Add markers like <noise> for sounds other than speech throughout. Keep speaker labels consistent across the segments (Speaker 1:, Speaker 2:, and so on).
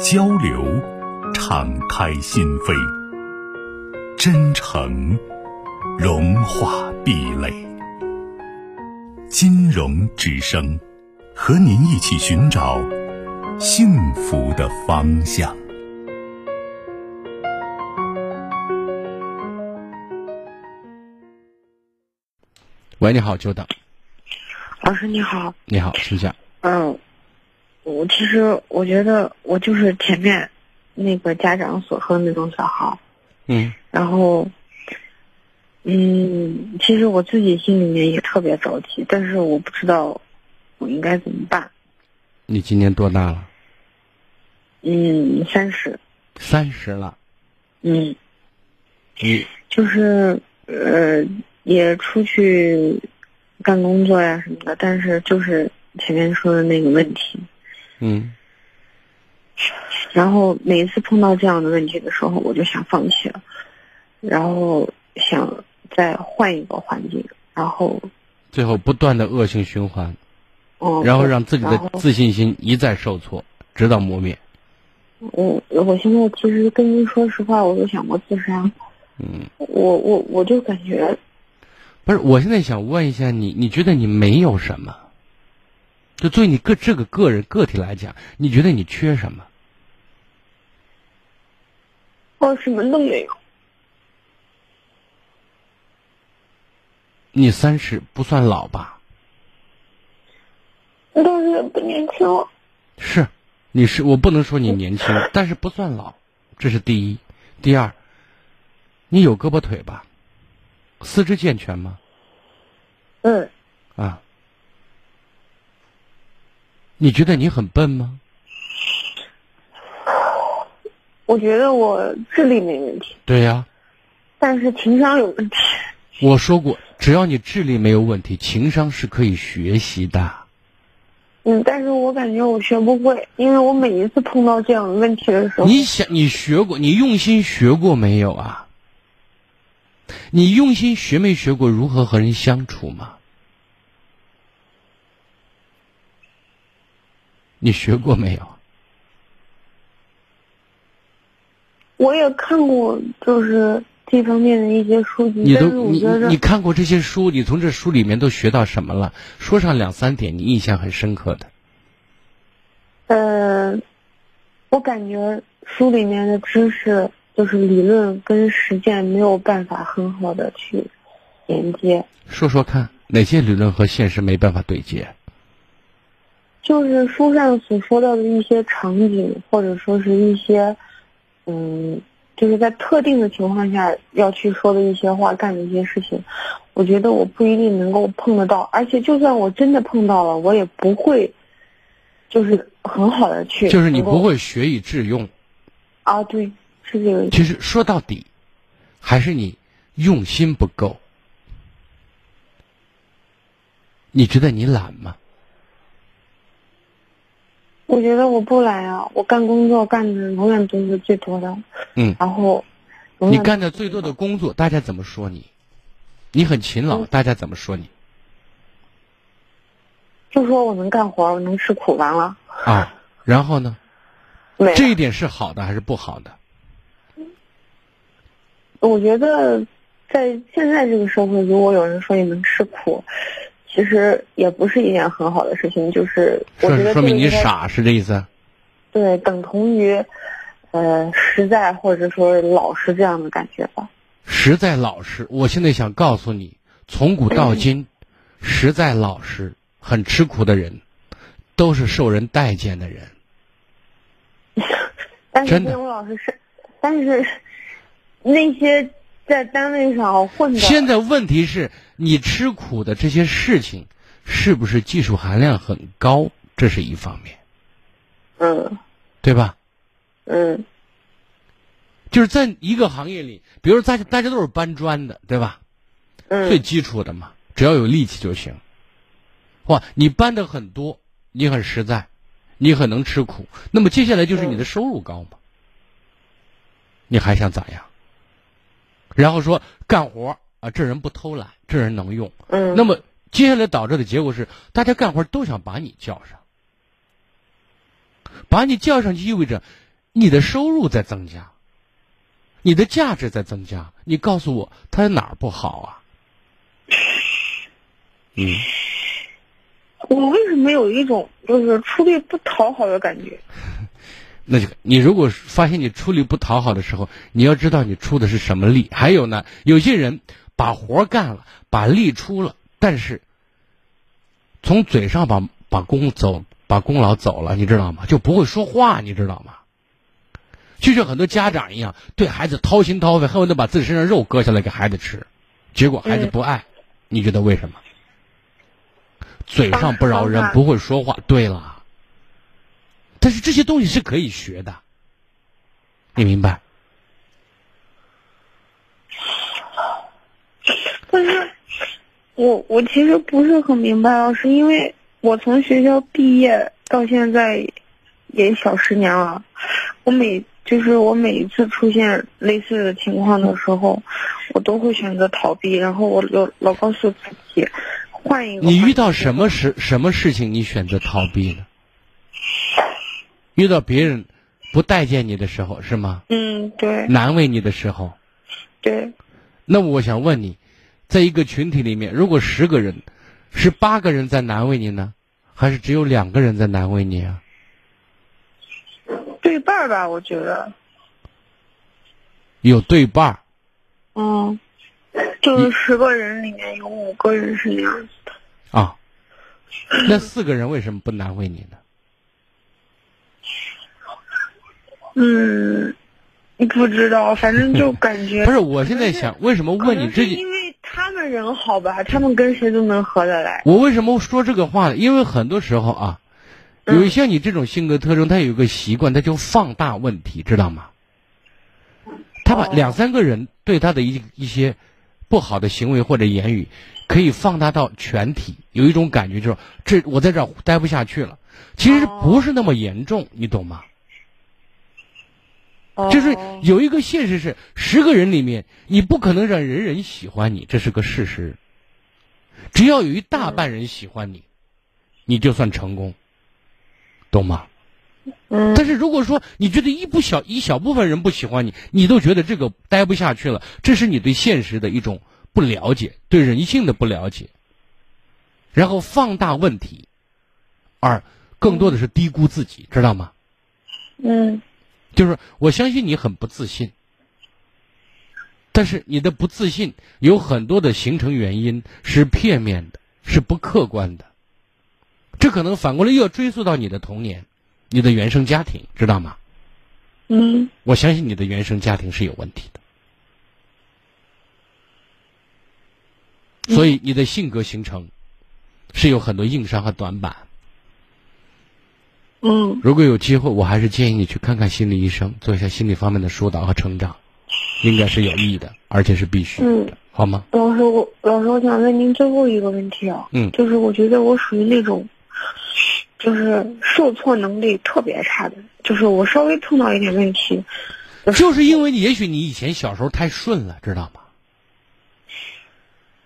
Speaker 1: 交流，敞开心扉，真诚融化壁垒。金融之声，和您一起寻找幸福的方向。
Speaker 2: 喂，你好，久等。
Speaker 3: 老师你好，
Speaker 2: 你好，请讲。
Speaker 3: 嗯，我其实我觉得我就是前面那个家长所说的那种小孩儿，
Speaker 2: 嗯
Speaker 3: 然后，嗯，其实我自己心里面也特别着急，但是我不知道我应该怎么办。
Speaker 2: 你今年多大了？
Speaker 3: 嗯，三十，
Speaker 2: 三十了。
Speaker 3: 嗯，
Speaker 2: 你
Speaker 3: 就是呃，也出去干工作呀什么的，但是就是前面说的那个问题，
Speaker 2: 嗯，
Speaker 3: 然后每一次碰到这样的问题的时候，我就想放弃了，然后想再换一个环境，然后
Speaker 2: 最后不断的恶性循环，
Speaker 3: 嗯，
Speaker 2: 哦然后让自己
Speaker 3: 然后
Speaker 2: 的自信心一再受挫，直到磨灭。
Speaker 3: 我嗯我现在其实跟您说实话，我都想过自杀，
Speaker 2: 嗯，
Speaker 3: 我我我就感觉
Speaker 2: 不是，我现在想问一下你，你觉得你没有什么？就作为你个这个个人个体来讲，你觉得你缺什么？
Speaker 3: 我什么都没有，
Speaker 2: 你三十不算老吧？
Speaker 3: 但是不年轻了，
Speaker 2: 是，你是我不能说你年轻，但是不算老，这是第一。第二，你有胳膊腿吧？四肢健全吗？
Speaker 3: 嗯，
Speaker 2: 啊？你觉得你很笨吗？
Speaker 3: 我觉得我智力没问题，
Speaker 2: 对呀、
Speaker 3: 但是情商有问题，
Speaker 2: 我说过，只要你智力没有问题，情商是可以学习的。
Speaker 3: 嗯，但是我感觉我学不会，因为我每一次碰到这样的问题的时候，
Speaker 2: 你想，你学过，你用心学过没有啊？你用心学没学过如何和人相处吗？你学过没有？
Speaker 3: 我也看过就是这方面的一些书籍，
Speaker 2: 你
Speaker 3: 但
Speaker 2: 都
Speaker 3: 是我
Speaker 2: 你
Speaker 3: 觉得
Speaker 2: 你看过这些书，你从这书里面都学到什么了？说上两三点你印象很深刻的。
Speaker 3: 呃，我感觉书里面的知识就是理论跟实践没有办法很好的去连接，
Speaker 2: 说说看，哪些理论和现实没办法对接？
Speaker 3: 就是书上所说到的一些场景，或者说是一些，嗯，就是在特定的情况下要去说的一些话、干的一些事情，我觉得我不一定能够碰得到，而且就算我真的碰到了，我也不会，就是很好的去能够，
Speaker 2: 就是你不会学以致用。
Speaker 3: 啊，对，是这个意思，
Speaker 2: 其实说到底，还是你用心不够。你觉得你懒吗？
Speaker 3: 我觉得我不懒啊，我干工作干的永远都是最多的，
Speaker 2: 嗯，
Speaker 3: 然后永
Speaker 2: 你
Speaker 3: 远
Speaker 2: 干的最多的工作，大家怎么说你？你很勤
Speaker 3: 嗯
Speaker 2: 劳，大家怎么说你？
Speaker 3: 就说我能干活，我能吃苦，完了
Speaker 2: 啊，然后呢？
Speaker 3: 没了
Speaker 2: 这一点是好的还是不好的？
Speaker 3: 我觉得在现在这个社会，如果有人说你能吃苦，其实也不是一件很好的事情，就是我觉
Speaker 2: 说
Speaker 3: 得
Speaker 2: 说明
Speaker 3: 这个
Speaker 2: 你
Speaker 3: 应该
Speaker 2: 傻是这意思？啊
Speaker 3: 对，等同于呃实在或者说老实这样的感觉吧。
Speaker 2: 实在老实，我现在想告诉你，从古到
Speaker 3: 嗯
Speaker 2: 今，实在老实、很吃苦的人，都是受人待见的人。
Speaker 3: 但是
Speaker 2: 真的
Speaker 3: 这种老实是，但是那些在单位上混的，
Speaker 2: 现在问题是你吃苦的这些事情，是不是技术含量很高？这是一方面，
Speaker 3: 嗯。
Speaker 2: 对吧？
Speaker 3: 嗯
Speaker 2: 就是在一个行业里，比如大家大家都是搬砖的，对吧？最
Speaker 3: 嗯
Speaker 2: 基础的嘛，只要有力气就行。哇，你搬的很多，你很实在，你很能吃苦，那么接下来就是你的收入高嘛，你还想咋样？然后说干活儿啊，这人不偷懒，这人能用。
Speaker 3: 嗯，
Speaker 2: 那么接下来导致的结果是，大家干活都想把你叫上，把你叫上就意味着你的收入在增加，你的价值在增加。你告诉我，他哪儿不好啊？嗯，
Speaker 3: 我为什么有一种就是出力不讨好的感觉？
Speaker 2: 那就你如果发现你出力不讨好的时候，你要知道你出的是什么力。还有呢，有些人把活儿干了，把力出了，但是从嘴上把把功走把功劳走了，你知道吗？就不会说话，你知道吗？就像很多家长一样，对孩子掏心掏肺，恨不得把自己身上肉割下来给孩子吃，结果孩子
Speaker 3: 嗯
Speaker 2: 不爱，你觉得为什么？嘴上不饶
Speaker 3: 方
Speaker 2: 人，
Speaker 3: 法
Speaker 2: 不会说话。对了，但是这些东西是可以学的，你明白？
Speaker 3: 但是我我其实不是很明白啊，是因为我从学校毕业到现在也小十年了，我每就是我每一次出现类似的情况的时候，我都会选择逃避，然后我老老告诉自己换一个环境。
Speaker 2: 你遇到什么事什么事情你选择逃避呢？遇到别人不待见你的时候是吗？
Speaker 3: 嗯，对
Speaker 2: 难为你的时候，
Speaker 3: 对，
Speaker 2: 那么我想问你，在一个群体里面，如果十个人，是八个人在难为你呢，还是只有两个人在难为你啊？
Speaker 3: 对半儿吧，我觉得，
Speaker 2: 有对半儿，
Speaker 3: 嗯，就是十个人里面有五个人是那样子的，
Speaker 2: 啊，那四个人为什么不难为你呢？
Speaker 3: 嗯，不知道，反正就感觉
Speaker 2: <laughs> 不是，我现在想，为什么
Speaker 3: 可
Speaker 2: 问你
Speaker 3: 能
Speaker 2: 这
Speaker 3: 是
Speaker 2: 件？
Speaker 3: 因为他们人好吧，他们跟谁都能合得来。
Speaker 2: 我为什么说这个话呢？因为很多时候啊，
Speaker 3: 嗯
Speaker 2: 有像你这种性格特征，他有一个习惯，他就放大问题，知道吗？他把
Speaker 3: 哦
Speaker 2: 两三个人对他的一一些不好的行为或者言语，可以放大到全体，有一种感觉就是这我在这儿待不下去了。其实
Speaker 3: 哦
Speaker 2: 不是那么严重，你懂吗？
Speaker 3: 哦
Speaker 2: 就是有一个现实是，十个人里面，你不可能让人人喜欢你，这是个事实。只要有一大半人喜欢你，你就算成功，懂吗？
Speaker 3: 嗯
Speaker 2: 但是如果说你觉得一不小一小部分人不喜欢你，你都觉得这个待不下去了，这是你对现实的一种不了解，对人性的不了解，然后放大问题，二更多的是低估自己，知道吗？
Speaker 3: 嗯
Speaker 2: 就是我相信你很不自信，但是你的不自信有很多的形成原因是片面的，是不客观的。这可能反过来又要追溯到你的童年，你的原生家庭，知道吗？
Speaker 3: 嗯
Speaker 2: 我相信你的原生家庭是有问题的，所以你的性格形成是有很多硬伤和短板。
Speaker 3: 嗯
Speaker 2: 如果有机会，我还是建议你去看看心理医生，做一下心理方面的疏导和成长，应该是有益的，而且是必须的，
Speaker 3: 嗯，
Speaker 2: 好吗？
Speaker 3: 老师我老师我想问您最后一个问题啊，
Speaker 2: 嗯
Speaker 3: 就是我觉得我属于那种，就是受挫能力特别差的，就是我稍微碰到一点问题，
Speaker 2: 就是因为你，也许你以前小时候太顺了，知道吗？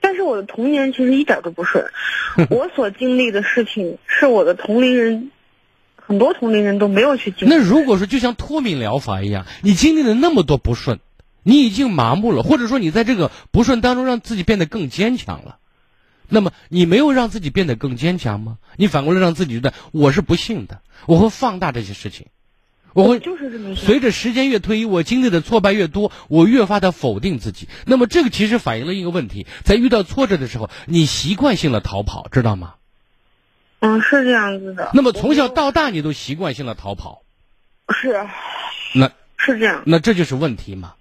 Speaker 3: 但是我的童年其实一点都
Speaker 2: <laughs>
Speaker 3: 不顺，我所经历的事情是我的同龄人，很多同龄人都没有去经历。
Speaker 2: 那如果说就像脱敏疗法一样，你经历了那么多不顺，你已经麻木了，或者说你在这个不顺当中让自己变得更坚强了，那么你没有让自己变得更坚强吗？你反过来让自己觉得我是不幸的，我会放大这些事情，我会
Speaker 3: 就是这么一个
Speaker 2: 随着时间越推移，我经历的挫败越多，我越发的否定自己。那么这个其实反映了一个问题，在遇到挫折的时候，你习惯性的逃跑，知道吗？
Speaker 3: 嗯，是这样子的。
Speaker 2: 那么从小到大你都习惯性的逃跑，
Speaker 3: 是
Speaker 2: 那
Speaker 3: 是这样，
Speaker 2: 那这就是问题嘛。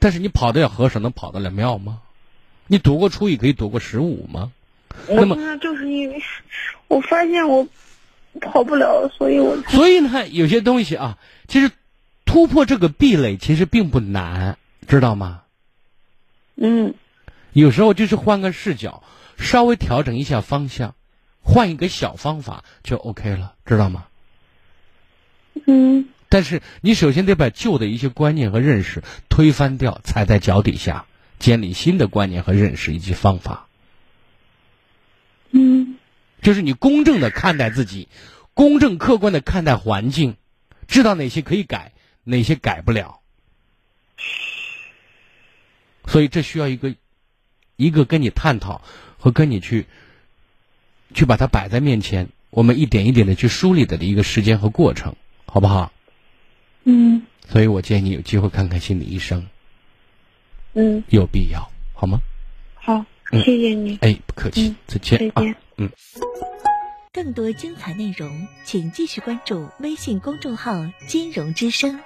Speaker 2: 但是你跑得了和尚，能跑得了庙吗？你躲过初一，可以躲过十五吗？
Speaker 3: 我
Speaker 2: 嗯么
Speaker 3: 现在就是因为我发现我跑不了，所以我
Speaker 2: 所以呢，有些东西啊，其实突破这个壁垒其实并不难，知道吗？
Speaker 3: 嗯
Speaker 2: 有时候就是换个视角，稍微调整一下方向，换一个小方法就 OK 了，知道吗？
Speaker 3: 嗯
Speaker 2: 但是你首先得把旧的一些观念和认识推翻掉，踩在脚底下，建立新的观念和认识以及方法。
Speaker 3: 嗯
Speaker 2: 就是你公正的看待自己，公正客观的看待环境，知道哪些可以改，哪些改不了。所以这需要一个，一个跟你探讨和跟你去，去把它摆在面前，我们一点一点的去梳理的一个时间和过程，好不好？
Speaker 3: 嗯
Speaker 2: 所以我建议你有机会看看心理医生，
Speaker 3: 嗯，
Speaker 2: 有必要，好吗？
Speaker 3: 好，
Speaker 2: 嗯
Speaker 3: 谢谢你，
Speaker 2: 哎，不客气
Speaker 3: 嗯，
Speaker 2: 再见
Speaker 3: 再
Speaker 2: 啊
Speaker 3: 见。。
Speaker 4: 更多精彩内容，请继续关注微信公众号“金融之声”。